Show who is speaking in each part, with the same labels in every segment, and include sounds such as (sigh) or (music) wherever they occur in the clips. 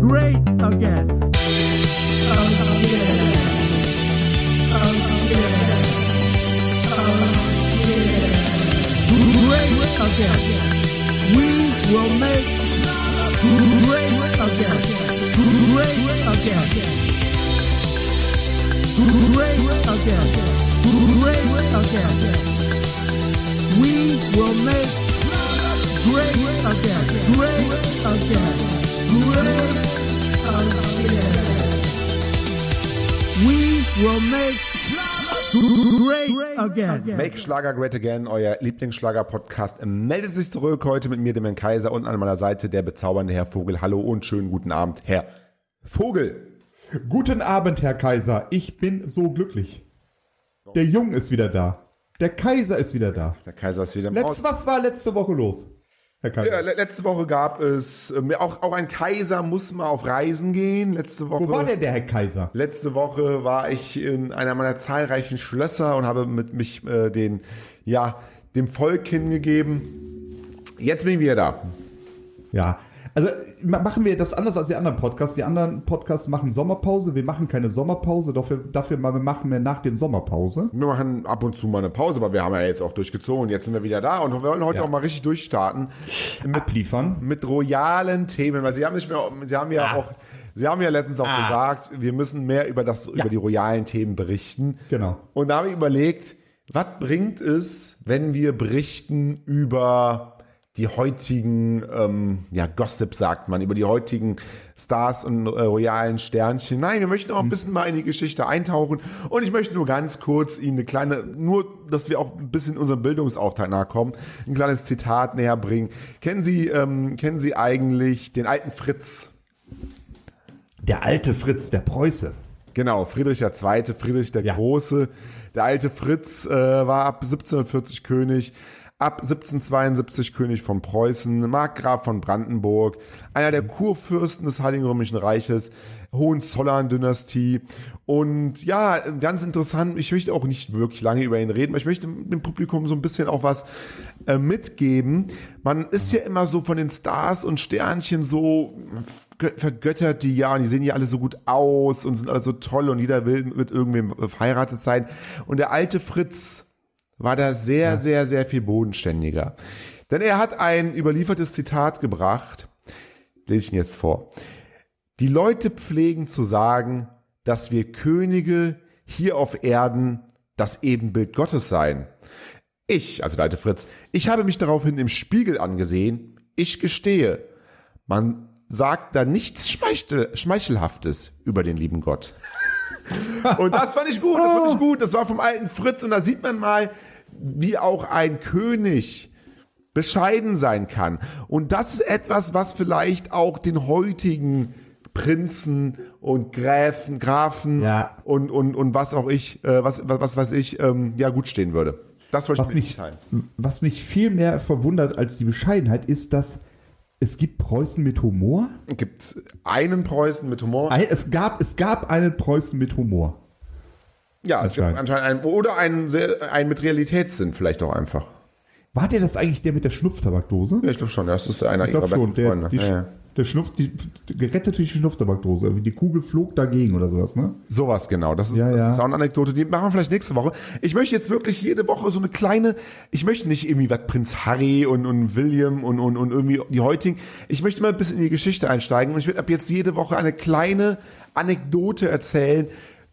Speaker 1: great again. Again. Again. Again. Great again. We will make great again. Great again. Great again. Great again. We will make great again. Great again. Great again. We will make great again.
Speaker 2: Make Schlager Great Again, euer Lieblingsschlager-Podcast, meldet sich zurück heute mit mir, dem Herrn Kaiser, und an meiner Seite der bezaubernde Herr Vogel. Hallo und schönen guten Abend, Herr Vogel.
Speaker 3: Guten Abend, Herr Kaiser. Ich bin so glücklich. Der Jung ist wieder da. Der Kaiser ist wieder da.
Speaker 2: Der Kaiser ist wieder im
Speaker 3: Letz, was war letzte Woche los, Herr Kaiser?
Speaker 2: Ja, le- letzte Woche gab es, ähm, auch, auch ein Kaiser muss mal auf Reisen gehen. Letzte Woche.
Speaker 3: Wo war denn der Herr Kaiser?
Speaker 2: Letzte Woche war ich in einer meiner zahlreichen Schlösser und habe mit mich äh, den, ja, dem Volk hingegeben. Jetzt bin ich wieder da.
Speaker 3: Ja. Also äh, ma- machen wir das anders als die anderen Podcasts. Die anderen Podcasts machen Sommerpause. Wir machen keine Sommerpause. Dafür, dafür mal- machen wir nach den Sommerpause.
Speaker 2: Wir machen ab und zu mal eine Pause, aber wir haben ja jetzt auch durchgezogen. Jetzt sind wir wieder da und wir wollen heute
Speaker 3: Ja.
Speaker 2: auch mal richtig durchstarten
Speaker 3: Abliefern.
Speaker 2: mit royalen Themen, weil sie haben nicht mehr, sie haben ja
Speaker 3: Ah.
Speaker 2: auch, sie haben ja letztens auch gesagt, wir müssen mehr über das, über die royalen Themen berichten.
Speaker 3: Genau.
Speaker 2: Und da habe ich überlegt, was bringt es, wenn wir berichten über die heutigen, ähm, ja, Gossip sagt man, über die heutigen Stars und äh, royalen Sternchen. Nein, wir möchten auch ein bisschen mal in die Geschichte eintauchen. Und ich möchte nur ganz kurz Ihnen eine kleine, nur, dass wir auch ein bisschen unserem Bildungsauftrag nachkommen, ein kleines Zitat näher bringen. Kennen Sie, ähm, kennen Sie eigentlich den alten Fritz?
Speaker 3: Der alte Fritz, der Preuße.
Speaker 2: Genau, Friedrich II., Friedrich der
Speaker 3: Ja.
Speaker 2: Große. Der alte Fritz äh, war ab 1740 König, ab 1772 König von Preußen, Markgraf von Brandenburg, einer der Kurfürsten des Heiligen Römischen Reiches, Hohenzollern-Dynastie. Und ja, ganz interessant, ich möchte auch nicht wirklich lange über ihn reden, aber ich möchte dem Publikum so ein bisschen auch was äh, mitgeben. Man ist ja immer so von den Stars und Sternchen so ver- vergöttert die ja und die sehen ja alle so gut aus und sind alle so toll und jeder will mit irgendwem verheiratet sein. Und der alte Fritz war da sehr, sehr, sehr viel bodenständiger. Denn er hat ein überliefertes Zitat gebracht, lese ich ihn jetzt vor. Die Leute pflegen zu sagen, dass wir Könige hier auf Erden das Ebenbild Gottes seien. Ich, also der alte Fritz, ich habe mich daraufhin im Spiegel angesehen. Ich gestehe, man sagt da nichts Schmeichel, Schmeichelhaftes über den lieben (laughs) Gott. Und das fand ich gut, das fand ich gut. Das war vom alten Fritz und da sieht man mal, wie auch ein König bescheiden sein kann. Und das ist etwas, was vielleicht auch den heutigen Prinzen und Gräfen, Grafen
Speaker 3: Ja.
Speaker 2: und, und, und was auch ich, äh, was, was, was weiß ich, ähm, ja gut stehen würde. Das wollte
Speaker 3: Was
Speaker 2: ich nicht
Speaker 3: mich,
Speaker 2: teilen.
Speaker 3: was mich viel mehr verwundert als die Bescheidenheit ist, dass es gibt Preußen mit Humor.
Speaker 2: Es gibt einen Preußen mit Humor.
Speaker 3: Ein, es, gab, es gab einen Preußen mit Humor.
Speaker 2: ja, es gibt
Speaker 3: anscheinend.
Speaker 2: anscheinend einen. Oder einen, sehr, einen mit Realitätssinn vielleicht auch einfach.
Speaker 3: War der das eigentlich der mit der Schnupftabakdose?
Speaker 2: Ja, ich glaube schon, das ist einer
Speaker 3: Ich
Speaker 2: ihrer
Speaker 3: glaube schon.
Speaker 2: besten
Speaker 3: Der,
Speaker 2: Freunde.
Speaker 3: die,
Speaker 2: ja, ja.
Speaker 3: der Schnupf, die, die gerettete Schnupftabakdose. Irgendwie Die Kugel flog dagegen oder sowas, ne?
Speaker 2: Sowas genau. Das ist,
Speaker 3: Ja,
Speaker 2: das
Speaker 3: ja.
Speaker 2: ist auch eine Anekdote, die machen wir vielleicht nächste Woche. Ich möchte jetzt wirklich jede Woche so eine kleine, ich möchte nicht irgendwie was Prinz Harry und, und William und, und, und irgendwie die heutigen. Ich möchte mal ein bisschen in die Geschichte einsteigen und ich werde ab jetzt jede Woche eine kleine Anekdote erzählen,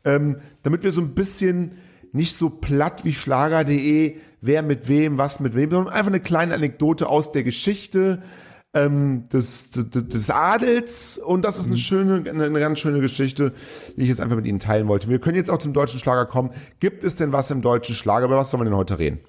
Speaker 2: ähm, damit wir so ein bisschen nicht so platt wie Schlager.de, wer mit wem, was mit wem, sondern einfach eine kleine Anekdote aus der Geschichte des, des, des Adels und das ist
Speaker 3: Mhm.
Speaker 2: eine schöne, eine, eine ganz schöne Geschichte, die ich jetzt einfach mit Ihnen teilen wollte. Wir können jetzt auch zum deutschen Schlager kommen. Gibt es denn was im deutschen Schlager? Über was sollen wir denn heute reden?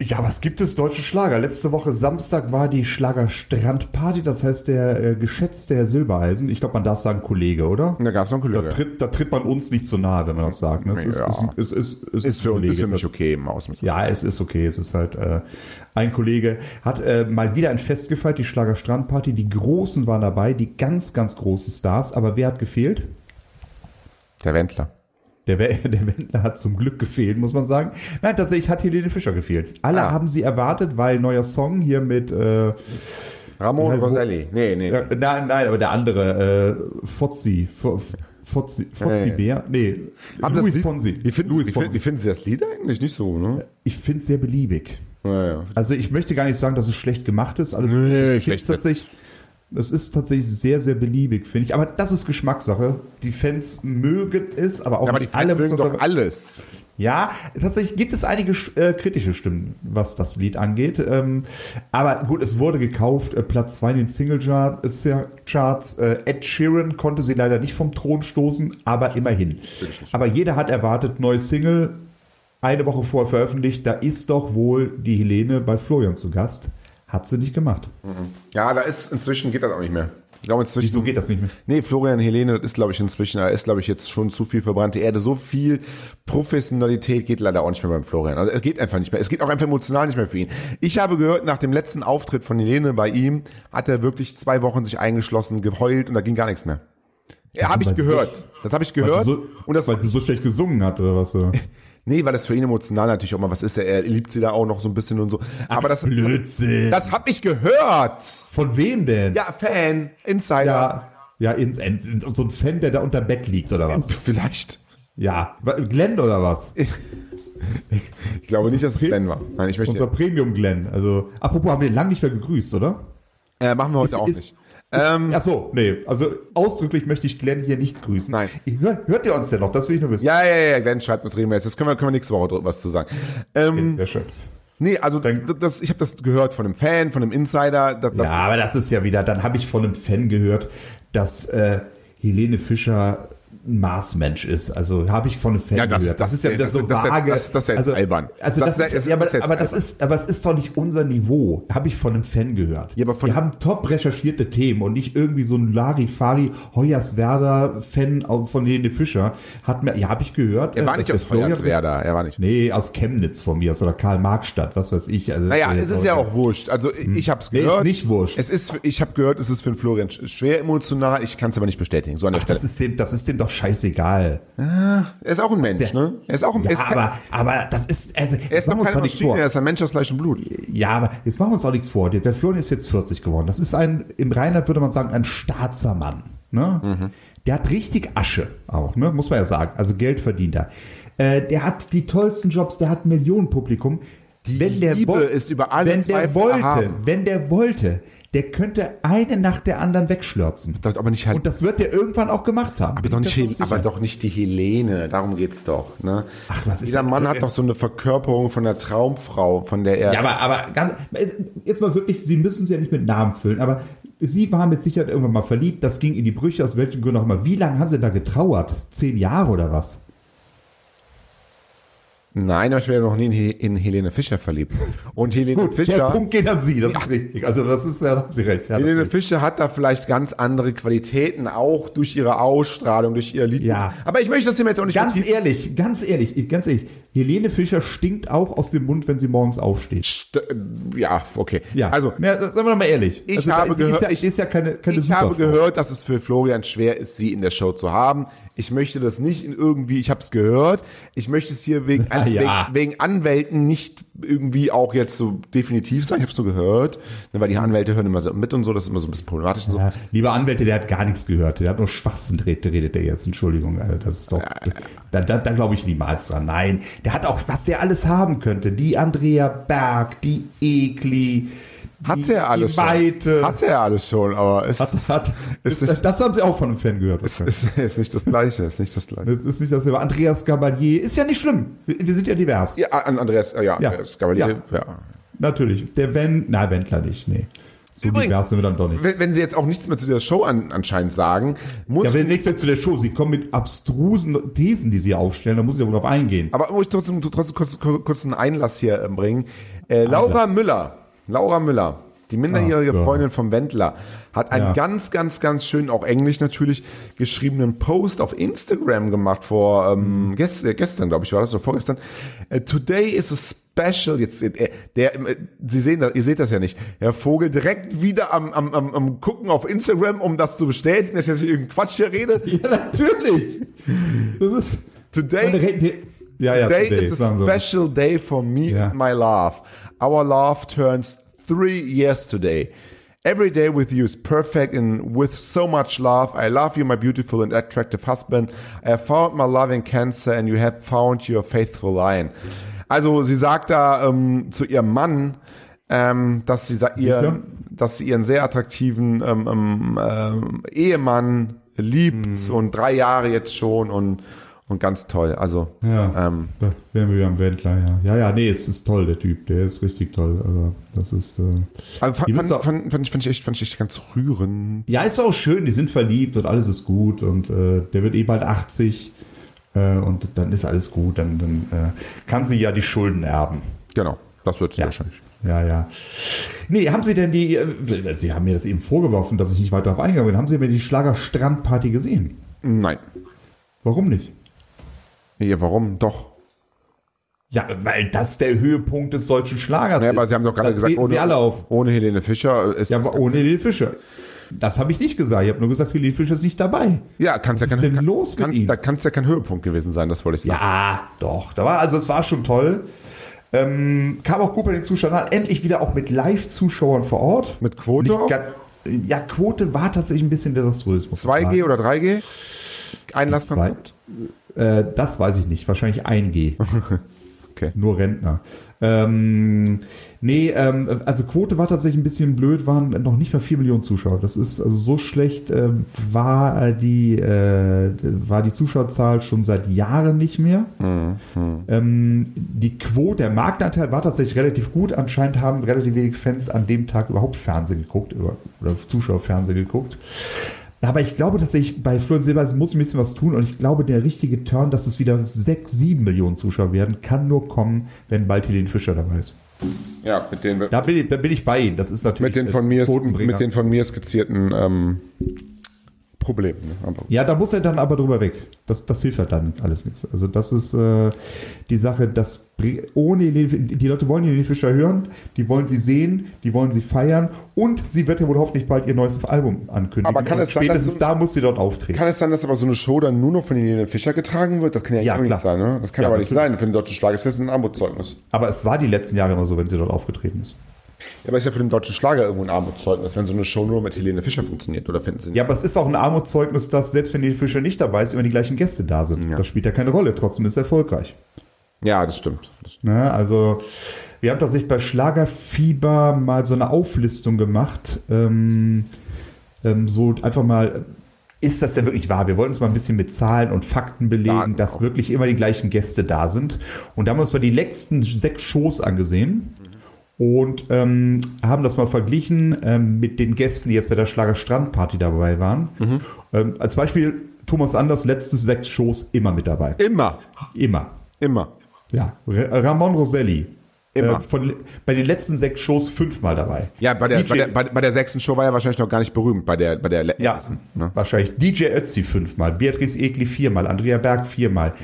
Speaker 3: Ja, was gibt es deutsche Schlager? Letzte Woche Samstag war die Schlagerstrandparty, das heißt der äh, geschätzte Herr Silbereisen. Ich glaube, man darf sagen Kollege, oder?
Speaker 2: Da gab es noch einen
Speaker 3: Da,
Speaker 2: Kollege.
Speaker 3: tritt, da tritt man uns nicht zu nahe, wenn man das sagt. Ne? Es ist,
Speaker 2: Ja.
Speaker 3: ist, ist, ist, ist,
Speaker 2: Ist für,
Speaker 3: ein
Speaker 2: uns, ist
Speaker 3: Kollege.
Speaker 2: für mich okay im Ausmaß.
Speaker 3: Ja, es ist okay. Es ist halt äh, ein Kollege hat äh, mal wieder ein Fest gefeiert, die Schlagerstrandparty. Die Großen waren dabei, die ganz, ganz großen Stars. Aber wer hat gefehlt?
Speaker 2: Der Wendler.
Speaker 3: Der, We- (laughs) der Wendler hat zum Glück gefehlt, muss man sagen. Nein, tatsächlich hat Helene Fischer gefehlt. Alle
Speaker 2: Ah.
Speaker 3: haben sie erwartet, weil neuer Song hier mit äh,
Speaker 2: Ramon
Speaker 3: Ja, wo-
Speaker 2: Roselli. Nee, nee.
Speaker 3: Ja, nein, nein, aber der andere, äh, Fozzi, Fo- Fozzi, Fozzi
Speaker 2: Hey.
Speaker 3: Bär, nee,
Speaker 2: Haben
Speaker 3: Luis
Speaker 2: das,
Speaker 3: Fonsi.
Speaker 2: Wie finden,
Speaker 3: Luis
Speaker 2: wie, finden,
Speaker 3: Fonsi.
Speaker 2: wie finden Sie das Lied eigentlich? Nicht so, ne?
Speaker 3: Ich finde es sehr beliebig.
Speaker 2: Naja.
Speaker 3: Also ich möchte gar nicht sagen, dass es schlecht gemacht ist. Alles
Speaker 2: Nee,
Speaker 3: gibt's
Speaker 2: schlecht
Speaker 3: tatsächlich. Das ist tatsächlich sehr, sehr beliebig, finde ich. Aber das ist Geschmackssache. Die Fans mögen es, aber auch
Speaker 2: Aber die
Speaker 3: nicht
Speaker 2: Fans mögen
Speaker 3: muss man
Speaker 2: doch
Speaker 3: sagen.
Speaker 2: alles.
Speaker 3: Ja, tatsächlich gibt es einige äh, kritische Stimmen, was das Lied angeht. Ähm, aber gut, es wurde gekauft. Äh, Platz 2 in den Single-Charts. Äh, Charts. äh, Ed Sheeran konnte sie leider nicht vom Thron stoßen, aber immerhin. Aber jeder hat erwartet, neue Single, eine Woche vorher veröffentlicht. Da ist doch wohl die Helene bei Florian zu Gast. Hat sie nicht gemacht.
Speaker 2: Ja, da ist, inzwischen geht das auch nicht mehr. Ich glaube, inzwischen.
Speaker 3: Wieso geht das nicht mehr?
Speaker 2: Nee, Florian Helene, das ist, glaube ich, inzwischen, da ist, glaube ich, jetzt schon zu viel verbrannte Erde. So viel Professionalität geht leider auch nicht mehr beim Florian. Also es geht einfach nicht mehr. Es geht auch einfach emotional nicht mehr für ihn. Ich habe gehört, nach dem letzten Auftritt von Helene bei ihm, hat er wirklich zwei Wochen sich eingeschlossen, geheult und da ging gar nichts mehr. Ja, habe ich
Speaker 3: Weil sie
Speaker 2: gehört. Das habe ich gehört.
Speaker 3: So,
Speaker 2: und das
Speaker 3: weil sie so schlecht gesungen hat oder was? oder?
Speaker 2: Nee, weil das für ihn emotional natürlich auch mal was ist. Er, er liebt sie da auch noch so ein bisschen und so. Aber
Speaker 3: (laughs)
Speaker 2: das,
Speaker 3: Blödsinn.
Speaker 2: das habe ich gehört.
Speaker 3: Von wem denn?
Speaker 2: Ja, Fan, Insider.
Speaker 3: Ja, ja ins, ins, ins, so ein Fan, der da unterm Bett liegt oder was?
Speaker 2: Pff, Vielleicht.
Speaker 3: Ja, Wa- Glenn oder was?
Speaker 2: Ich glaube nicht, dass es
Speaker 3: Okay.
Speaker 2: Ben war. Nein, ich möchte.
Speaker 3: Unser Premium Glenn. Also, apropos, haben wir lange nicht mehr gegrüßt, oder?
Speaker 2: Äh, machen wir heute
Speaker 3: Ist-
Speaker 2: auch
Speaker 3: ist-
Speaker 2: nicht. Ähm.
Speaker 3: Ach so, nee. Also ausdrücklich möchte ich Glenn hier nicht grüßen.
Speaker 2: Nein.
Speaker 3: Ich, hör, hört ihr uns denn noch? Das will ich nur wissen.
Speaker 2: Ja, ja, ja, Glenn schreibt uns regelmäßig. Das können wir, können wir nächste Woche drü- was zu sagen. Ähm,
Speaker 3: Sehr schön.
Speaker 2: nee, also d- das, ich habe das gehört von einem Fan, von einem Insider. Das, das,
Speaker 3: Ja, aber das ist ja wieder, dann habe ich von einem Fan gehört, dass äh, Helene Fischer ein Marsmensch ist. Also habe ich von einem Fan
Speaker 2: Ja, das-
Speaker 3: gehört.
Speaker 2: das-
Speaker 3: ist ja wieder
Speaker 2: das-
Speaker 3: so
Speaker 2: das- das-
Speaker 3: vage.
Speaker 2: das- das ist jetzt
Speaker 3: also,
Speaker 2: albern.
Speaker 3: Also
Speaker 2: Das-
Speaker 3: das,
Speaker 2: das-
Speaker 3: ist,
Speaker 2: das
Speaker 3: ja, aber,
Speaker 2: ist jetzt
Speaker 3: aber das
Speaker 2: albern.
Speaker 3: ist, aber es ist doch nicht unser Niveau. Habe ich von einem Fan gehört.
Speaker 2: Ja, aber von-
Speaker 3: Wir haben top recherchierte Themen und nicht irgendwie so ein Larifari Hoyerswerda Fan von Helene Fischer hat mir, ja, habe ich gehört.
Speaker 2: er
Speaker 3: äh,
Speaker 2: war nicht
Speaker 3: dass
Speaker 2: aus
Speaker 3: der Florian-
Speaker 2: Feuerswerda. Er war nicht.
Speaker 3: Nee, aus Chemnitz von mir aus oder Karl-Marx-Stadt, was weiß ich. Also,
Speaker 2: Naja,
Speaker 3: das
Speaker 2: es ist ja auch wurscht. Also ich- ich habe es
Speaker 3: Hm. Nee, ist
Speaker 2: gehört.
Speaker 3: nicht wurscht.
Speaker 2: Es ist, ich habe gehört, es ist für den Florian sch- schwer emotional. Ich kann es aber nicht bestätigen. So an der Stelle.
Speaker 3: Das ist dem, das ist dem doch scheißegal.
Speaker 2: er ist auch ein Mensch,
Speaker 3: Der-
Speaker 2: ne? Er ist auch ein. er
Speaker 3: Ja,
Speaker 2: ist kein-
Speaker 3: aber, aber das ist, also,
Speaker 2: er ist doch keine Maschine. Er ist ein Mensch aus Fleisch und Blut.
Speaker 3: Ja, aber jetzt machen wir uns auch nichts vor. Der, der Florian ist jetzt 40 geworden. Das ist ein, im Rheinland würde man sagen, ein Staatsermann. Ne?
Speaker 2: Mhm.
Speaker 3: Der hat richtig Asche auch, ne? muss man ja sagen. Also Geld verdient er. Äh, der hat die tollsten Jobs, der hat ein Millionenpublikum. Die wenn der
Speaker 2: Liebe
Speaker 3: wo-
Speaker 2: ist über alle
Speaker 3: wenn der
Speaker 2: Zweifel
Speaker 3: wollte,
Speaker 2: erhaben.
Speaker 3: wenn der wollte, der könnte eine nach der anderen wegschlürzen.
Speaker 2: Das- aber nicht halt-
Speaker 3: Und das wird der irgendwann auch gemacht haben.
Speaker 2: Aber doch, nicht, aber doch nicht die Helene, darum geht's doch. Ne?
Speaker 3: Ach, was ist
Speaker 2: Dieser
Speaker 3: denn-
Speaker 2: Mann hat doch so eine Verkörperung von der Traumfrau, von der er.
Speaker 3: Ja, aber, aber ganz, jetzt mal wirklich, Sie müssen sie ja nicht mit Namen füllen, aber Sie waren mit Sicherheit irgendwann mal verliebt, das ging in die Brüche, aus welchen Gründen auch immer. Wie lange haben Sie da getrauert? Zehn Jahre oder was?
Speaker 2: Nein, aber ich wäre noch nie in, He- in Helene Fischer verliebt. Und Helene
Speaker 3: der
Speaker 2: Fischer.
Speaker 3: Punkt geht an Sie, das ist richtig. Also das ist, ja, da haben Sie recht. Ja,
Speaker 2: Helene
Speaker 3: natürlich.
Speaker 2: Fischer hat da vielleicht ganz andere Qualitäten, auch durch ihre Ausstrahlung, durch ihr Lied.
Speaker 3: Ja.
Speaker 2: Aber ich möchte das Thema jetzt auch nicht
Speaker 3: ganz
Speaker 2: vertiefen.
Speaker 3: ehrlich, ganz ehrlich, ich- ganz ehrlich, Helene Fischer stinkt auch aus dem Mund, wenn sie morgens aufsteht.
Speaker 2: St- Ja, okay.
Speaker 3: Ja,
Speaker 2: Also,
Speaker 3: ja, sagen wir doch mal ehrlich.
Speaker 2: Ich
Speaker 3: da-
Speaker 2: habe
Speaker 3: die ist
Speaker 2: gehört-
Speaker 3: ja, die ist ja keine, keine
Speaker 2: ich habe
Speaker 3: Superfrau.
Speaker 2: gehört, dass es für Florian schwer ist, sie in der Show zu haben. Ich möchte das nicht in irgendwie, ich habe es gehört, ich möchte es hier
Speaker 3: (laughs)
Speaker 2: wegen,
Speaker 3: Na ja.
Speaker 2: wegen, wegen Anwälten nicht irgendwie auch jetzt so definitiv sein. Ich habe es nur gehört, ne, weil die Anwälte hören immer so mit und so, das ist immer so ein bisschen problematisch und so.
Speaker 3: Ja, lieber Anwälte, der hat gar nichts gehört. Der hat nur Schwachsinn redet, redet der jetzt. Entschuldigung, also das ist doch. Da, da, da glaube ich niemals dran. Nein, der hat auch, was der alles haben könnte. Die Andrea Berg, die Egli.
Speaker 2: Hat
Speaker 3: die,
Speaker 2: er alles
Speaker 3: die
Speaker 2: schon.
Speaker 3: Weite.
Speaker 2: Hat er alles schon, aber es
Speaker 3: Hat- hat-
Speaker 2: Ist
Speaker 3: ist,
Speaker 2: nicht-
Speaker 3: das haben sie auch von einem Fan gehört.
Speaker 2: es (laughs) ist, ist nicht das Gleiche, ist nicht das Gleiche.
Speaker 3: Das ist nicht das. Andreas Gabalier ist ja nicht schlimm. Wir, wir sind ja divers.
Speaker 2: Ja, an Andreas, äh, ja,
Speaker 3: Ja.
Speaker 2: Andreas Gabalier, ja.
Speaker 3: Natürlich. Der Wenn, na, Wendler nicht. Nee. So
Speaker 2: Übrigens-
Speaker 3: divers sind wir dann doch nicht.
Speaker 2: Wenn, wenn sie jetzt auch nichts mehr zu der Show an, anscheinend sagen, muss
Speaker 3: Ja, wenn nichts mehr zu der Show. Sie kommen mit abstrusen Thesen, die sie hier aufstellen. Da muss ich ja wohl drauf eingehen.
Speaker 2: Aber muss ich trotzdem, trotzdem kurz, kurz einen Einlass hier äh, bringen. Äh, Laura Müller, Laura Müller, die minderjährige
Speaker 3: Ah, ja.
Speaker 2: Freundin vom Wendler, hat einen
Speaker 3: Ja.
Speaker 2: ganz, ganz, ganz schönen, auch englisch natürlich, geschriebenen Post auf Instagram gemacht vor
Speaker 3: Mhm.
Speaker 2: ähm, gest, äh, gestern, glaube ich, war das oder vorgestern. Äh, Today is a special, jetzt, äh, der, äh, Sie sehen, das- ihr seht das ja nicht, Herr Vogel direkt wieder am, am, am, am gucken auf Instagram, um das zu bestätigen, dass ich jetzt nicht irgendeinen Quatsch hier rede.
Speaker 3: (laughs) Ja, natürlich. Das ist.
Speaker 2: Today-
Speaker 3: Meine Re- ja, ja,
Speaker 2: Today,
Speaker 3: today,
Speaker 2: is a
Speaker 3: sagen sie.
Speaker 2: special day for me
Speaker 3: Ja.
Speaker 2: and my love. Our love turns three years today. Every day with you is perfect and with so much love. I love you, my beautiful and attractive husband. I have found my love in cancer and you have found your faithful lion. Also sie sagt da ähm, zu ihrem Mann, ähm, dass, sie, sa-
Speaker 3: Sicher?
Speaker 2: ihr, dass sie ihren sehr attraktiven ähm, ähm, ähm, Ehemann liebt
Speaker 3: Hm.
Speaker 2: und drei Jahre jetzt schon und, und ganz toll. Also
Speaker 3: Ja.
Speaker 2: ähm,
Speaker 3: Da wären wir wieder am Wendler, ja. Ja, ja, nee, es ist toll, der Typ. Der ist richtig toll, aber das ist. Äh
Speaker 2: Also fand,
Speaker 3: Die
Speaker 2: fand,
Speaker 3: wissen auch-
Speaker 2: fand, fand, ich, fand, ich echt, fand ich echt ganz rührend.
Speaker 3: ja, ist auch schön, die sind verliebt und alles ist gut und äh, der wird eh bald 80 äh, und dann ist alles gut. Dann, dann äh, kann sie ja die Schulden erben.
Speaker 2: Genau, das wird
Speaker 3: Ja.
Speaker 2: wahrscheinlich.
Speaker 3: Ja, ja. Nee, haben Sie denn die, äh, Sie haben mir das eben vorgeworfen, dass ich nicht weiter darauf eingegangen bin. Haben Sie mir die Schlager Strandparty gesehen?
Speaker 2: Nein.
Speaker 3: Warum nicht?
Speaker 2: Ja, warum? Doch.
Speaker 3: Ja, weil das der Höhepunkt des deutschen Schlagers
Speaker 2: Ja, aber
Speaker 3: ist.
Speaker 2: Sie haben doch gerade
Speaker 3: Da
Speaker 2: gesagt,
Speaker 3: treten Sie alle auf.
Speaker 2: ohne Helene Fischer äh, ist
Speaker 3: Ja,
Speaker 2: das
Speaker 3: aber
Speaker 2: Ganze-
Speaker 3: ohne Helene Fischer. Das habe ich nicht gesagt. Ich habe nur gesagt, Helene Fischer ist nicht dabei.
Speaker 2: Ja, kann's
Speaker 3: Was
Speaker 2: ja
Speaker 3: ist
Speaker 2: kein,
Speaker 3: denn los mit
Speaker 2: kann's-
Speaker 3: ihm?
Speaker 2: Da kann es ja kein Höhepunkt gewesen sein, das wollte ich sagen.
Speaker 3: Ja, doch. Da war, also es war schon toll. Ähm, kam auch gut bei den Zuschauern an. Endlich wieder auch mit Live-Zuschauern vor Ort.
Speaker 2: Mit Quote
Speaker 3: Nicht
Speaker 2: auch?
Speaker 3: ga- ja, Quote war tatsächlich ein bisschen desaströs. muss man
Speaker 2: 2G oder 3G?
Speaker 3: sagen.
Speaker 2: Einlasskonzept?
Speaker 3: Zwei? Äh, das weiß ich nicht. Wahrscheinlich 1G.
Speaker 2: Okay.
Speaker 3: Nur Rentner. Ähm, nee, ähm, also Quote war tatsächlich ein bisschen blöd, waren noch nicht mal 4 Millionen Zuschauer. Das ist also so schlecht ähm, war äh, die äh, war die Zuschauerzahl schon seit Jahren nicht mehr. Ähm, die Quote, der Marktanteil war tatsächlich relativ gut. Anscheinend haben relativ wenig Fans an dem Tag überhaupt Fernsehen geguckt oder, oder Zuschauer Fernsehen geguckt. Aber ich glaube tatsächlich, bei Florian Silbereisen muss ein bisschen was tun und ich glaube, der richtige Turn, dass es wieder 6, 7 Millionen Zuschauer werden, kann nur kommen, wenn bald Helene Fischer dabei ist.
Speaker 2: Ja, mit den,
Speaker 3: Da bin ich, da bin ich bei Ihnen. Das ist natürlich
Speaker 2: mit den, von, mir,
Speaker 3: Bodenbringer.
Speaker 2: mit den von mir skizzierten ähm, Problemen. ne? Aber-
Speaker 3: Ja, da muss er dann aber drüber weg. Das, das hilft ja dann alles nichts. Also das ist äh, die Sache, dass bri- ohne Helene- die Leute wollen Helene Fischer hören, die wollen sie sehen, die wollen sie feiern und sie wird ja wohl hoffentlich bald ihr neues Album ankündigen.
Speaker 2: Aber kann
Speaker 3: und
Speaker 2: es sein, dass
Speaker 3: spätestens
Speaker 2: du-
Speaker 3: da muss sie dort auftreten.
Speaker 2: Kann es sein, dass aber so eine Show dann nur noch von Helene Fischer getragen wird? Das kann ja,
Speaker 3: Ja,
Speaker 2: eigentlich auch nicht
Speaker 3: klar.
Speaker 2: sein, ne? Das kann
Speaker 3: Ja,
Speaker 2: aber nicht
Speaker 3: natürlich.
Speaker 2: sein. Für den deutschen Schlager ist das ein Armutszeugnis.
Speaker 3: aber es war die letzten Jahre immer so, wenn sie dort aufgetreten ist.
Speaker 2: Ja, aber ist ja für den deutschen Schlager irgendwo ein Armutszeugnis, wenn so eine Show nur mit Helene Fischer funktioniert, oder finden Sie nicht?
Speaker 3: Ja, aber es ist auch ein Armutszeugnis, dass selbst wenn Helene Fischer nicht dabei ist, immer die gleichen Gäste da sind. Das spielt ja keine Rolle. Trotzdem ist er erfolgreich.
Speaker 2: Ja, das stimmt. Das stimmt.
Speaker 3: Ne? Also wir haben tatsächlich bei Schlagerfieber mal so eine Auflistung gemacht. Ähm, ähm, so einfach mal, ist das denn wirklich wahr? Wir wollten es mal ein bisschen mit Zahlen und Fakten belegen,
Speaker 2: Daten
Speaker 3: dass
Speaker 2: auch.
Speaker 3: wirklich immer die gleichen Gäste da sind. Und da haben wir uns mal die letzten sechs Shows angesehen. Und ähm, haben das mal verglichen ähm, mit den Gästen, die jetzt bei der Schlager Strandparty dabei waren. Ähm, als Beispiel Thomas Anders, letzten sechs Shows immer mit dabei.
Speaker 2: Immer,
Speaker 3: Immer.
Speaker 2: immer.
Speaker 3: Ja, Ra- Ramon Roselli.
Speaker 2: Immer.
Speaker 3: Äh, von, bei den letzten sechs Shows fünfmal dabei.
Speaker 2: Ja, bei der,
Speaker 3: DJ
Speaker 2: bei, der, bei, bei der sechsten Show war er wahrscheinlich noch gar nicht berühmt, bei der, bei der le-
Speaker 3: ja,
Speaker 2: letzten. Ne?
Speaker 3: wahrscheinlich. DJ Ötzi fünfmal, Beatrice Egli viermal, Andrea Berg viermal.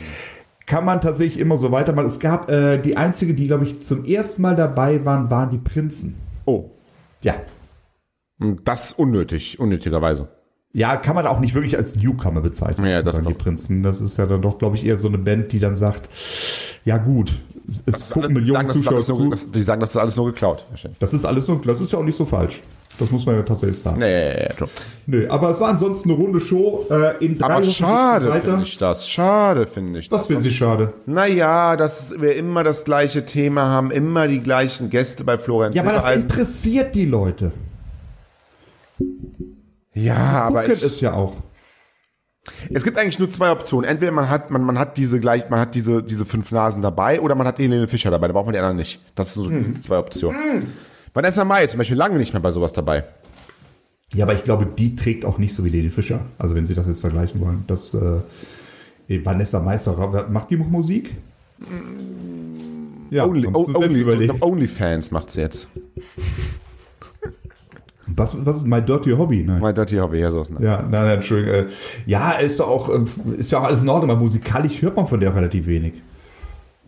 Speaker 3: Kann man tatsächlich immer so weitermachen. Es gab äh, die einzige, die, glaube ich, zum ersten Mal dabei waren, waren die Prinzen.
Speaker 2: Oh,
Speaker 3: Ja.
Speaker 2: und das unnötig, unnötigerweise.
Speaker 3: Ja, kann man auch nicht wirklich als Newcomer bezeichnen.
Speaker 2: Ja, das
Speaker 3: sondern die
Speaker 2: doch.
Speaker 3: Prinzen. Das ist ja dann doch, glaube ich, eher so eine Band, die dann sagt, ja gut, es, es gucken Millionen
Speaker 2: die Also, äh, sagen,
Speaker 3: Zuschauer
Speaker 2: das ist alles
Speaker 3: zu.
Speaker 2: nur, das, die sagen, das ist alles nur geklaut. Wahrscheinlich.
Speaker 3: Das ist alles so, das ist ja auch nicht so falsch. Das muss man ja tatsächlich sagen.
Speaker 2: Nee, ja, ja, ja, klar.
Speaker 3: Nö, aber es war ansonsten eine runde Show. Äh, in drei
Speaker 2: aber
Speaker 3: Wochen geht's
Speaker 2: schade
Speaker 3: weiter.
Speaker 2: finde ich das. Schade finde ich das.
Speaker 3: Was finden Sie schade?
Speaker 2: Naja, dass wir immer das gleiche Thema haben, immer die gleichen Gäste bei Florian.
Speaker 3: Ja, aber das
Speaker 2: Silbereisen.
Speaker 3: interessiert die Leute.
Speaker 2: Ja, aber
Speaker 3: Gucken
Speaker 2: ich,
Speaker 3: es ja auch.
Speaker 2: es gibt eigentlich nur zwei Optionen. Entweder man hat, man, man hat diese gleich, man hat diese, diese fünf Nasen dabei oder man hat Helene Fischer dabei. Da braucht man die anderen nicht. Das sind so
Speaker 3: Mhm.
Speaker 2: zwei Optionen. Vanessa Mai ist zum Beispiel lange nicht mehr bei sowas dabei.
Speaker 3: Ja, aber ich glaube, die trägt auch nicht so wie Lene Fischer. Also wenn Sie das jetzt vergleichen wollen. Das äh, eh, Vanessa Meister, macht die noch Musik? Ja,
Speaker 2: Only,
Speaker 3: haben Sie
Speaker 2: o-
Speaker 3: selbst
Speaker 2: only,
Speaker 3: überlegt.
Speaker 2: Onlyfans macht sie jetzt.
Speaker 3: Was, was ist mein Dirty Hobby? Nein.
Speaker 2: Mein Dirty Hobby, ja, sowas. Ne?
Speaker 3: Ja, nein, nein, Entschuldigung. äh, Ja, ist doch auch, ähm, ist ja auch alles in Ordnung, aber musikalisch hört man von der relativ wenig.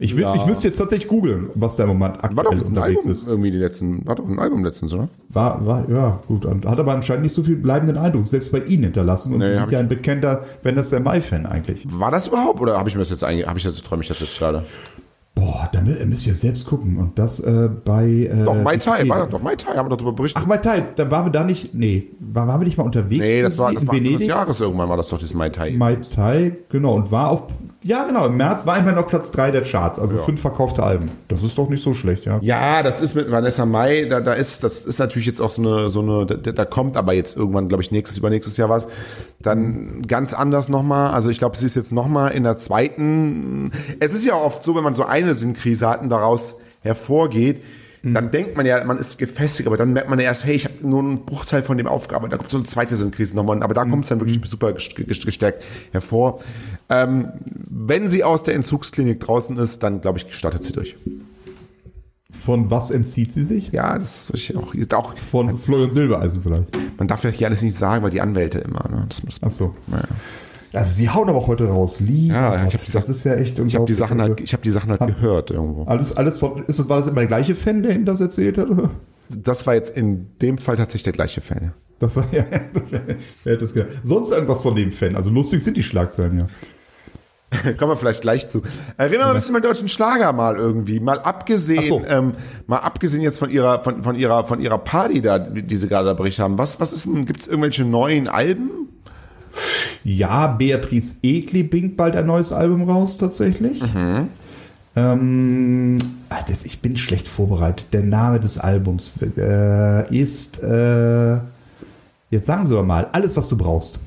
Speaker 3: Ich, will,
Speaker 2: Ja.
Speaker 3: ich müsste jetzt tatsächlich googeln, was da im Moment
Speaker 2: War doch ein
Speaker 3: aktuell unterwegs
Speaker 2: Album
Speaker 3: ist.
Speaker 2: irgendwie die letzten, war doch ein Album letztens, oder?
Speaker 3: War, war, ja, gut. Und hat aber anscheinend nicht so viel bleibenden Eindruck, selbst bei Ihnen hinterlassen. Und
Speaker 2: Nee,
Speaker 3: Sie
Speaker 2: hab
Speaker 3: sind ja
Speaker 2: ich-
Speaker 3: ein bekannter, wenn das der Mai-Fan eigentlich. Äh,
Speaker 2: War das überhaupt oder habe ich mir das jetzt eigentlich, habe ich das, träume ich das jetzt gerade?
Speaker 3: Boah, da mü- müsst ihr jetzt selbst gucken. Und das äh, bei. Äh,
Speaker 2: Doch, Mai Tai,
Speaker 3: Wikipedia.
Speaker 2: war das doch Mai Tai, haben wir darüber berichtet.
Speaker 3: Ach, Mai Tai, da waren wir da nicht. Nee, war- waren wir nicht mal unterwegs?
Speaker 2: nee, das war, das
Speaker 3: irgendwie
Speaker 2: war
Speaker 3: in
Speaker 2: Anfang des
Speaker 3: Venedig.
Speaker 2: Jahres irgendwann, war das doch das Mai Tai.
Speaker 3: Mai Tai, genau, und war auf. Ja, genau, im März war immerhin auf Platz 3 der Charts, also
Speaker 2: Ja.
Speaker 3: fünf verkaufte Alben. Das ist doch nicht so schlecht, ja.
Speaker 2: Ja, das ist mit Vanessa Mai, da, da ist, das ist natürlich jetzt auch so eine, so eine, da, da kommt aber jetzt irgendwann, glaube ich, nächstes, übernächstes Jahr was. Dann ganz anders nochmal. Also ich glaube, sie ist jetzt nochmal in der zweiten. Es ist ja oft so, wenn man so eine Sinnkrise hat und daraus hervorgeht, dann denkt man ja, man ist gefestigt, aber dann merkt man ja erst, hey, ich habe nur einen Bruchteil von dem aufgearbeitet. Da kommt so eine zweite Sinnkrise nochmal, aber da kommt es dann wirklich super gest- gest- gestärkt hervor. Ähm, wenn sie aus der Entzugsklinik draußen ist, dann glaube ich, gestattet sie durch.
Speaker 3: Von was entzieht sie sich?
Speaker 2: Ja, das soll ich auch, ist auch.
Speaker 3: Von Florian Silbereisen vielleicht.
Speaker 2: Man darf ja hier alles nicht sagen, weil die Anwälte immer. Ne? Das muss,
Speaker 3: Ach so.
Speaker 2: naja.
Speaker 3: Also sie hauen aber auch heute raus. Liebe
Speaker 2: Ja, ich hab
Speaker 3: Gott,
Speaker 2: die
Speaker 3: das
Speaker 2: Sachen-
Speaker 3: ist ja echt
Speaker 2: Ich habe die Sachen halt,
Speaker 3: Also, Ah.
Speaker 2: ich habe die Sachen halt gehört irgendwo.
Speaker 3: Alles, alles von, ist das, war das immer der gleiche Fan, der ihm das erzählt hat? oder?
Speaker 2: Das war jetzt in dem Fall tatsächlich der gleiche Fan.
Speaker 3: Das war ja. (laughs) Wer hätte das gedacht? Sonst irgendwas von dem Fan. Also lustig sind die Schlagzeilen, ja.
Speaker 2: (laughs) Kommen wir vielleicht gleich zu. Äh, Reden wir mal ein bisschen über den deutschen Schlager mal irgendwie. Mal abgesehen,
Speaker 3: Ach so.
Speaker 2: ähm, mal abgesehen jetzt von ihrer, von, von ihrer, von ihrer Party da, die sie gerade da berichtet haben. Was, was ist denn, gibt's irgendwelche neuen Alben?
Speaker 3: Ja, Beatrice Egli bringt bald ein neues Album raus, tatsächlich.
Speaker 2: Mhm.
Speaker 3: Ähm, ah, das, ich bin schlecht vorbereitet. Der Name des Albums äh, ist, äh, jetzt sagen Sie doch mal, alles, was du brauchst.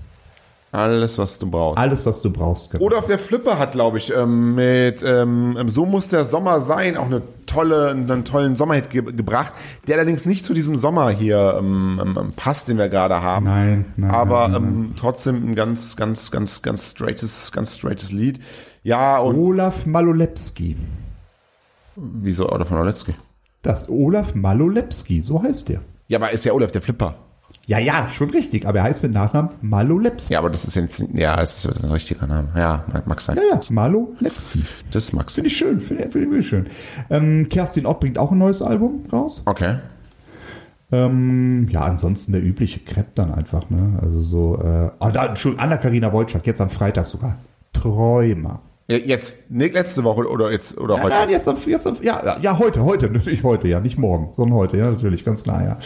Speaker 2: Alles, was du brauchst.
Speaker 3: Alles, was du brauchst. genau.
Speaker 2: Oder auf der Flippe hat, glaube ich, ähm, mit ähm, So muss der Sommer sein auch eine tolle, einen tollen Sommerhit ge gebracht, der allerdings nicht zu diesem Sommer hier ähm, ähm, ähm, passt, den wir gerade haben.
Speaker 3: Nein, nein,
Speaker 2: Aber
Speaker 3: nein, nein,
Speaker 2: ähm, trotzdem ein ganz, ganz, ganz, ganz straightes, ganz straightes Lied. Ja, und
Speaker 3: Olaf Malolepski.
Speaker 2: wieso Olaf Noletzki?
Speaker 3: Das Olaf Malolepski, so heißt der.
Speaker 2: Ja, aber ist ja Olaf der Flipper.
Speaker 3: Ja, ja, schon richtig, aber er heißt mit Nachnamen Malolepski.
Speaker 2: Ja, aber das ist jetzt, ja, es ist ein richtiger Name. Ja, mag- mag sein.
Speaker 3: Ja, ja, Malolepski.
Speaker 2: Das mag sein.
Speaker 3: Finde ich schön, finde find ich wirklich schön. Ähm, Kerstin Ott bringt auch ein neues Album raus.
Speaker 2: Okay.
Speaker 3: Ähm, ja, ansonsten der übliche Crepe dann einfach, ne? Also so, äh, ah, da, Entschuldigung, Anna-Karina Wojcik, jetzt am Freitag sogar. Träumer.
Speaker 2: Ja, Jetzt, nee, letzte Woche oder jetzt, oder heute.
Speaker 3: Nein, jetzt, am- jetzt am- ja, ja, ja, heute, heute, natürlich heute, ja, nicht morgen, sondern heute, ja, natürlich, ganz klar, ja.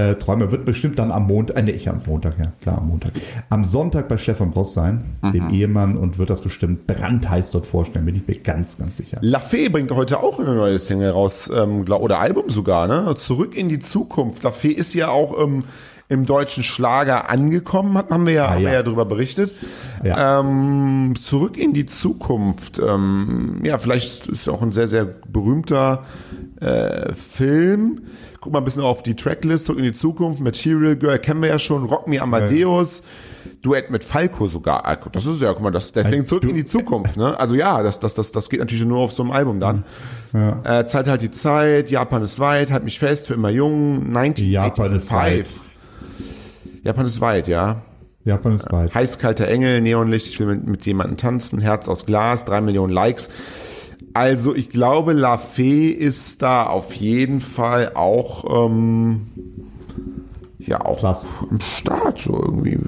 Speaker 3: Äh, Träume wird bestimmt dann am Montag, äh, nee, ich am Montag, ja, klar, am Montag. Am Sonntag bei Stefan Boss sein,
Speaker 2: Mhm.
Speaker 3: dem Ehemann, und wird das bestimmt brandheiß dort vorstellen, bin ich mir ganz, ganz sicher.
Speaker 2: Lafay bringt heute auch eine neue Single raus, ähm, glaub, oder Album sogar, ne? Zurück in die Zukunft. Lafay ist ja auch ähm, im deutschen Schlager angekommen, hat, haben wir ja, haben wir
Speaker 3: Ah, ja.
Speaker 2: ja drüber berichtet.
Speaker 3: Ja.
Speaker 2: Ähm, zurück in die Zukunft. Ähm, ja, vielleicht ist auch ein sehr, sehr berühmter äh, Film. Guck mal ein bisschen auf die Tracklist, zurück in die Zukunft. Material Girl kennen wir ja schon, Rock Me Amadeus. Duett mit Falco sogar. Ah, guck, Das ist ja, guck mal, das, deswegen zurück in die Zukunft, ne? Also ja, das, das, das, das geht natürlich nur auf so einem Album dann. Äh, Zeit halt die Zeit, Japan ist weit, halt mich fest, für immer jung, 1985.
Speaker 3: Japan ist weit.
Speaker 2: Japan ist weit, ja.
Speaker 3: Japan ist weit.
Speaker 2: Heißkalter Engel, Neonlicht, ich will mit, mit jemandem tanzen, Herz aus Glas, drei Millionen Likes. Also ich glaube, La Fee ist da auf jeden Fall auch, ähm, ja, auch
Speaker 3: Krass.
Speaker 2: am Start so irgendwie.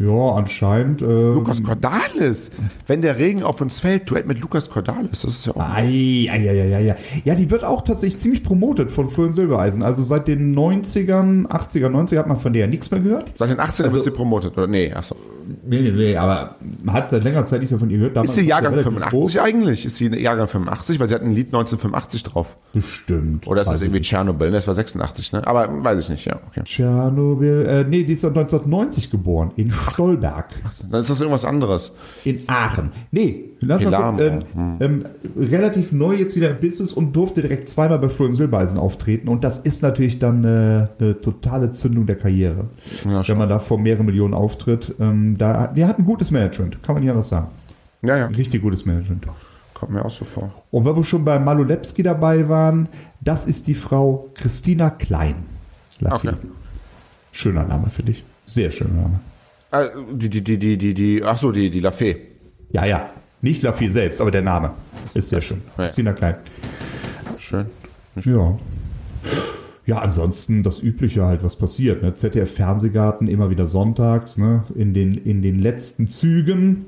Speaker 3: Ja, anscheinend, äh,
Speaker 2: Lukas Cordalis, wenn der Regen auf uns fällt, Duett mit Lukas Cordalis, das ist ja auch...
Speaker 3: Ei, ei, ei, ei, ei, ei. Ja, die wird auch tatsächlich ziemlich promotet von Florian Silbereisen. Also seit den 90ern, 80er, 90er hat man von der ja nichts mehr gehört.
Speaker 2: Seit den 18
Speaker 3: Also-
Speaker 2: wird sie promotet, oder? Nee, achso.
Speaker 3: Nee, nee, nee, aber man hat seit längerer Zeit nicht mehr von ihr gehört. Damals
Speaker 2: Ist sie
Speaker 3: war
Speaker 2: Jahrgang
Speaker 3: relativ
Speaker 2: 85
Speaker 3: groß.
Speaker 2: eigentlich? Ist sie Jahrgang 85? Weil sie hat ein Lied 1985 drauf.
Speaker 3: Bestimmt.
Speaker 2: Oder ist das
Speaker 3: Also
Speaker 2: irgendwie Tschernobyl? Ne, Das war 86, ne? Aber hm, weiß ich nicht, ja, okay.
Speaker 3: Tschernobyl, äh, nee, die ist dann 1990 geboren, in Stolberg,
Speaker 2: Dann ist das irgendwas anderes.
Speaker 3: in Aachen. Nee, lass mal
Speaker 2: Pilarmo.
Speaker 3: kurz, ähm, ähm, relativ neu jetzt wieder im Business und durfte direkt zweimal bei Florian Silbereisen auftreten. Und das ist natürlich dann äh, eine totale Zündung der Karriere.
Speaker 2: Ja,
Speaker 3: wenn
Speaker 2: schon.
Speaker 3: man da vor mehreren Millionen auftritt. Ähm, da, der hat ein gutes Management, kann man nicht anders sagen.
Speaker 2: ja, ja.
Speaker 3: Ein richtig gutes Management.
Speaker 2: Kommt mir auch so vor.
Speaker 3: Und wenn wir schon bei Malolewski dabei waren, das ist die Frau Christina Klein. Laffi.
Speaker 2: Okay.
Speaker 3: Schöner Name für dich. Sehr schöner Name.
Speaker 2: Äh, die, die, die, die, die, die, ach so, die, die Lafay.
Speaker 3: Ja, ja. Nicht Laffi selbst, aber der Name ist sehr schön.
Speaker 2: Ja.
Speaker 3: Christina Klein.
Speaker 2: Schön.
Speaker 3: Ja. Ja, ansonsten das Übliche halt, was passiert. Ne? ZDF Fernsehgarten immer wieder sonntags, ne? in, den, in den letzten Zügen.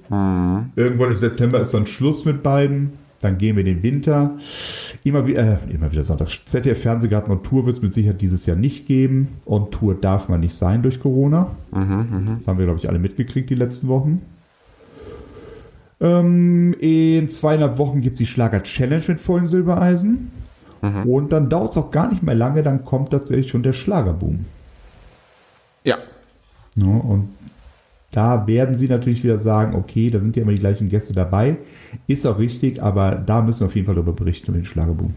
Speaker 3: Irgendwann im September ist dann Schluss mit beiden. Dann gehen wir in den Winter. Immer wieder, äh, immer wieder Sonntag. ZDF Fernsehgarten und Tour wird es mit Sicherheit dieses Jahr nicht geben. On Tour darf man nicht sein durch Corona. Das haben wir, glaube ich, alle mitgekriegt die letzten Wochen. Ähm, in zweieinhalb Wochen gibt es die Schlager Challenge mit vollen Silbereisen. Und dann dauert es auch gar nicht mehr lange, dann kommt tatsächlich schon der Schlagerboom.
Speaker 2: Ja.
Speaker 3: Ne, und da werden sie natürlich wieder sagen, okay, da sind ja immer die gleichen Gäste dabei. Ist auch richtig, aber da müssen wir auf jeden Fall darüber berichten, über den Schlagerboom.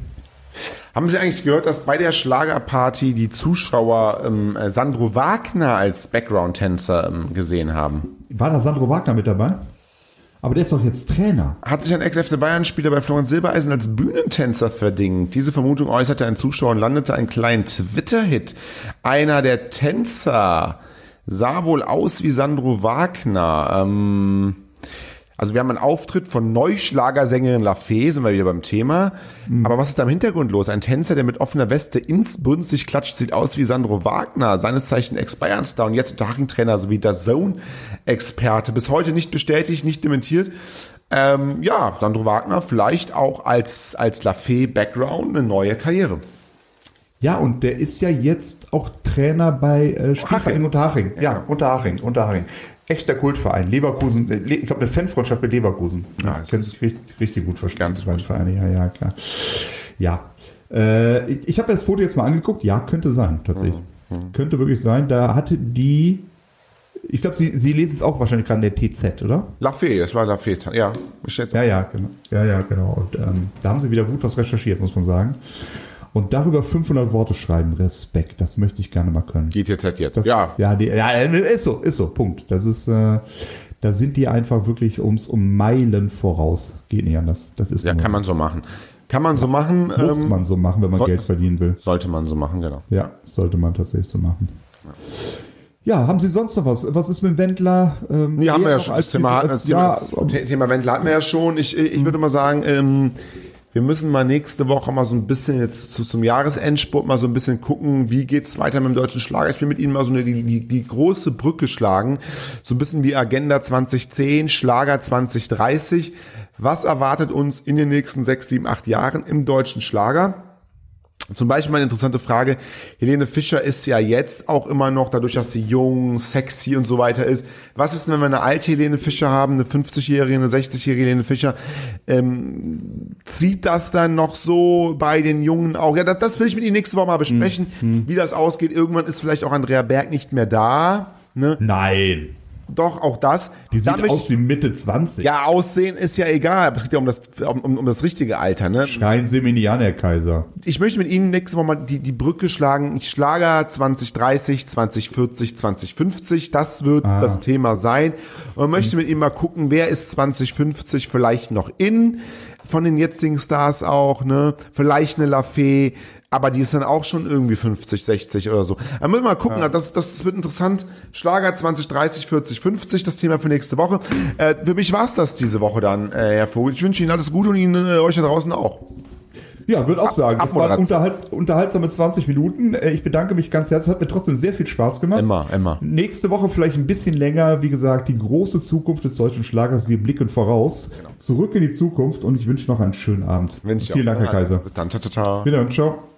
Speaker 2: Haben Sie eigentlich gehört, dass bei der Schlagerparty die Zuschauer ähm, äh, Sandro Wagner als Background-Tänzer ähm, gesehen haben?
Speaker 3: War da Sandro Wagner mit dabei? Aber der ist doch jetzt Trainer.
Speaker 2: Hat sich ein Ex-FC Bayern-Spieler bei Florian Silbereisen als Bühnentänzer verdingt? Diese Vermutung äußerte ein Zuschauer und landete einen kleinen Twitter-Hit. Einer der Tänzer sah wohl aus wie Sandro Wagner. Ähm, also wir haben einen Auftritt von Neuschlagersängerin Lafay, sind wir wieder beim Thema. Aber was ist da im Hintergrund los? Ein Tänzer, der mit offener Weste insbrünstig klatscht, sieht aus wie Sandro Wagner, seines Zeichen Ex-Bayern-Star und jetzt Unterhaching-Trainer sowie der Zone-Experte. Bis heute nicht bestätigt, nicht dementiert. Ähm, ja, Sandro Wagner vielleicht auch als, als Lafay-Background eine neue Karriere.
Speaker 3: Ja, und der ist ja jetzt auch Trainer bei äh, Spielverein Unterhaching. Ja, Unterhaching, Unterhaching. Echter Kultverein. Leverkusen, äh, Le- ich glaube, eine Fanfreundschaft mit Leverkusen. Ja, das kannst du richtig, richtig gut verstehen. Ganz Vereine, ja, ja, klar. Ja. Äh, ich ich habe das Foto jetzt mal angeguckt. Ja, könnte sein, tatsächlich. Könnte wirklich sein. Da hatte die, ich glaube, sie, sie lesen es auch wahrscheinlich gerade in der TZ, oder?
Speaker 2: Lafay, das war Lafay. Ja, ich schätze.
Speaker 3: Ja, ja, genau. Ja, ja, genau. Und ähm, da haben sie wieder gut was recherchiert, muss man sagen. Und darüber 500 Worte schreiben, Respekt, das möchte ich gerne mal können.
Speaker 2: Die TZ jetzt.
Speaker 3: Das,
Speaker 2: ja.
Speaker 3: ja, die, ja, ist so, ist so, Punkt. Das ist, äh, da sind die einfach wirklich ums um Meilen voraus. Geht nicht anders. Das ist
Speaker 2: Ja,
Speaker 3: nur-
Speaker 2: kann man so machen. Kann man so machen.
Speaker 3: muss
Speaker 2: Ähm,
Speaker 3: man so machen, wenn man
Speaker 2: soll-
Speaker 3: Geld verdienen will.
Speaker 2: sollte man so machen, genau.
Speaker 3: Ja, sollte man tatsächlich so machen. Ja, haben Sie sonst noch was? Was ist mit Wendler? Ähm,
Speaker 2: Nee, haben wir
Speaker 3: eher
Speaker 2: ja
Speaker 3: noch
Speaker 2: schon.
Speaker 3: als
Speaker 2: Das Thema,
Speaker 3: diese-
Speaker 2: hatten- das Thema,
Speaker 3: ja, also-
Speaker 2: das The- Thema Wendler hatten wir ja schon. Ich, ich würde mal sagen, ähm, wir müssen mal nächste Woche mal so ein bisschen jetzt zu, zum Jahresendspurt mal so ein bisschen gucken, wie geht's weiter mit dem deutschen Schlager. Ich will mit Ihnen mal so eine, die, die, die große Brücke schlagen. So ein bisschen wie Agenda 2010, Schlager 2030. Was erwartet uns in den nächsten sechs, sieben, acht Jahren im deutschen Schlager? Zum Beispiel mal eine interessante Frage. Helene Fischer ist ja jetzt auch immer noch, dadurch, dass sie jung, sexy und so weiter ist. Was ist, denn, wenn wir eine alte Helene Fischer haben, eine 50-jährige, eine 60-jährige Helene Fischer? Ähm, zieht das dann noch so bei den Jungen auch? Ja, das, das will ich mit Ihnen nächste Woche mal besprechen,
Speaker 3: Hm,
Speaker 2: wie das ausgeht. Irgendwann ist vielleicht auch Andrea Berg nicht mehr da. Ne?
Speaker 3: Nein,
Speaker 2: Doch, auch das.
Speaker 3: die
Speaker 2: Da
Speaker 3: sieht
Speaker 2: möchte
Speaker 3: aus wie Mitte 20.
Speaker 2: ja, Aussehen ist ja egal, aber es geht ja um das, um, um, um das richtige Alter. Ne?
Speaker 3: Schreien Sie mir nicht an, Herr Kaiser.
Speaker 2: ich möchte mit Ihnen nächste Woche mal die, die Brücke schlagen. Ich schlage 2030, 2040, 2050. Das wird das Thema sein. Und möchte mit Ihnen mal gucken, wer ist 2050 vielleicht noch in von den jetzigen Stars auch, ne? Vielleicht eine Lafay, aber die ist dann auch schon irgendwie 50, 60 oder so. Da müssen wir mal gucken, das, das wird interessant. Schlager 20, 30, 40, 50, das Thema für nächste Woche. Äh, für mich war's das diese Woche dann, äh, Herr Vogel. Ich wünsche Ihnen alles Gute und Ihnen äh, euch da draußen auch.
Speaker 3: Ja, würde auch sagen, das waren
Speaker 2: Abmoderation.
Speaker 3: unterhalts unterhaltsame 20 Minuten. Äh, Ich bedanke mich ganz herzlich, hat mir trotzdem sehr viel Spaß gemacht.
Speaker 2: Immer, immer.
Speaker 3: Nächste Woche vielleicht ein bisschen länger. Wie gesagt, die große Zukunft des deutschen Schlagers. Wir blicken voraus. Zurück in die Zukunft und ich wünsche noch einen schönen Abend.
Speaker 2: Genau. Wünsche ich
Speaker 3: Vielen
Speaker 2: auch.
Speaker 3: Dank, Herr Kaiser.
Speaker 2: Bis dann. Ciao, ciao, ciao.
Speaker 3: Wieder und ciao.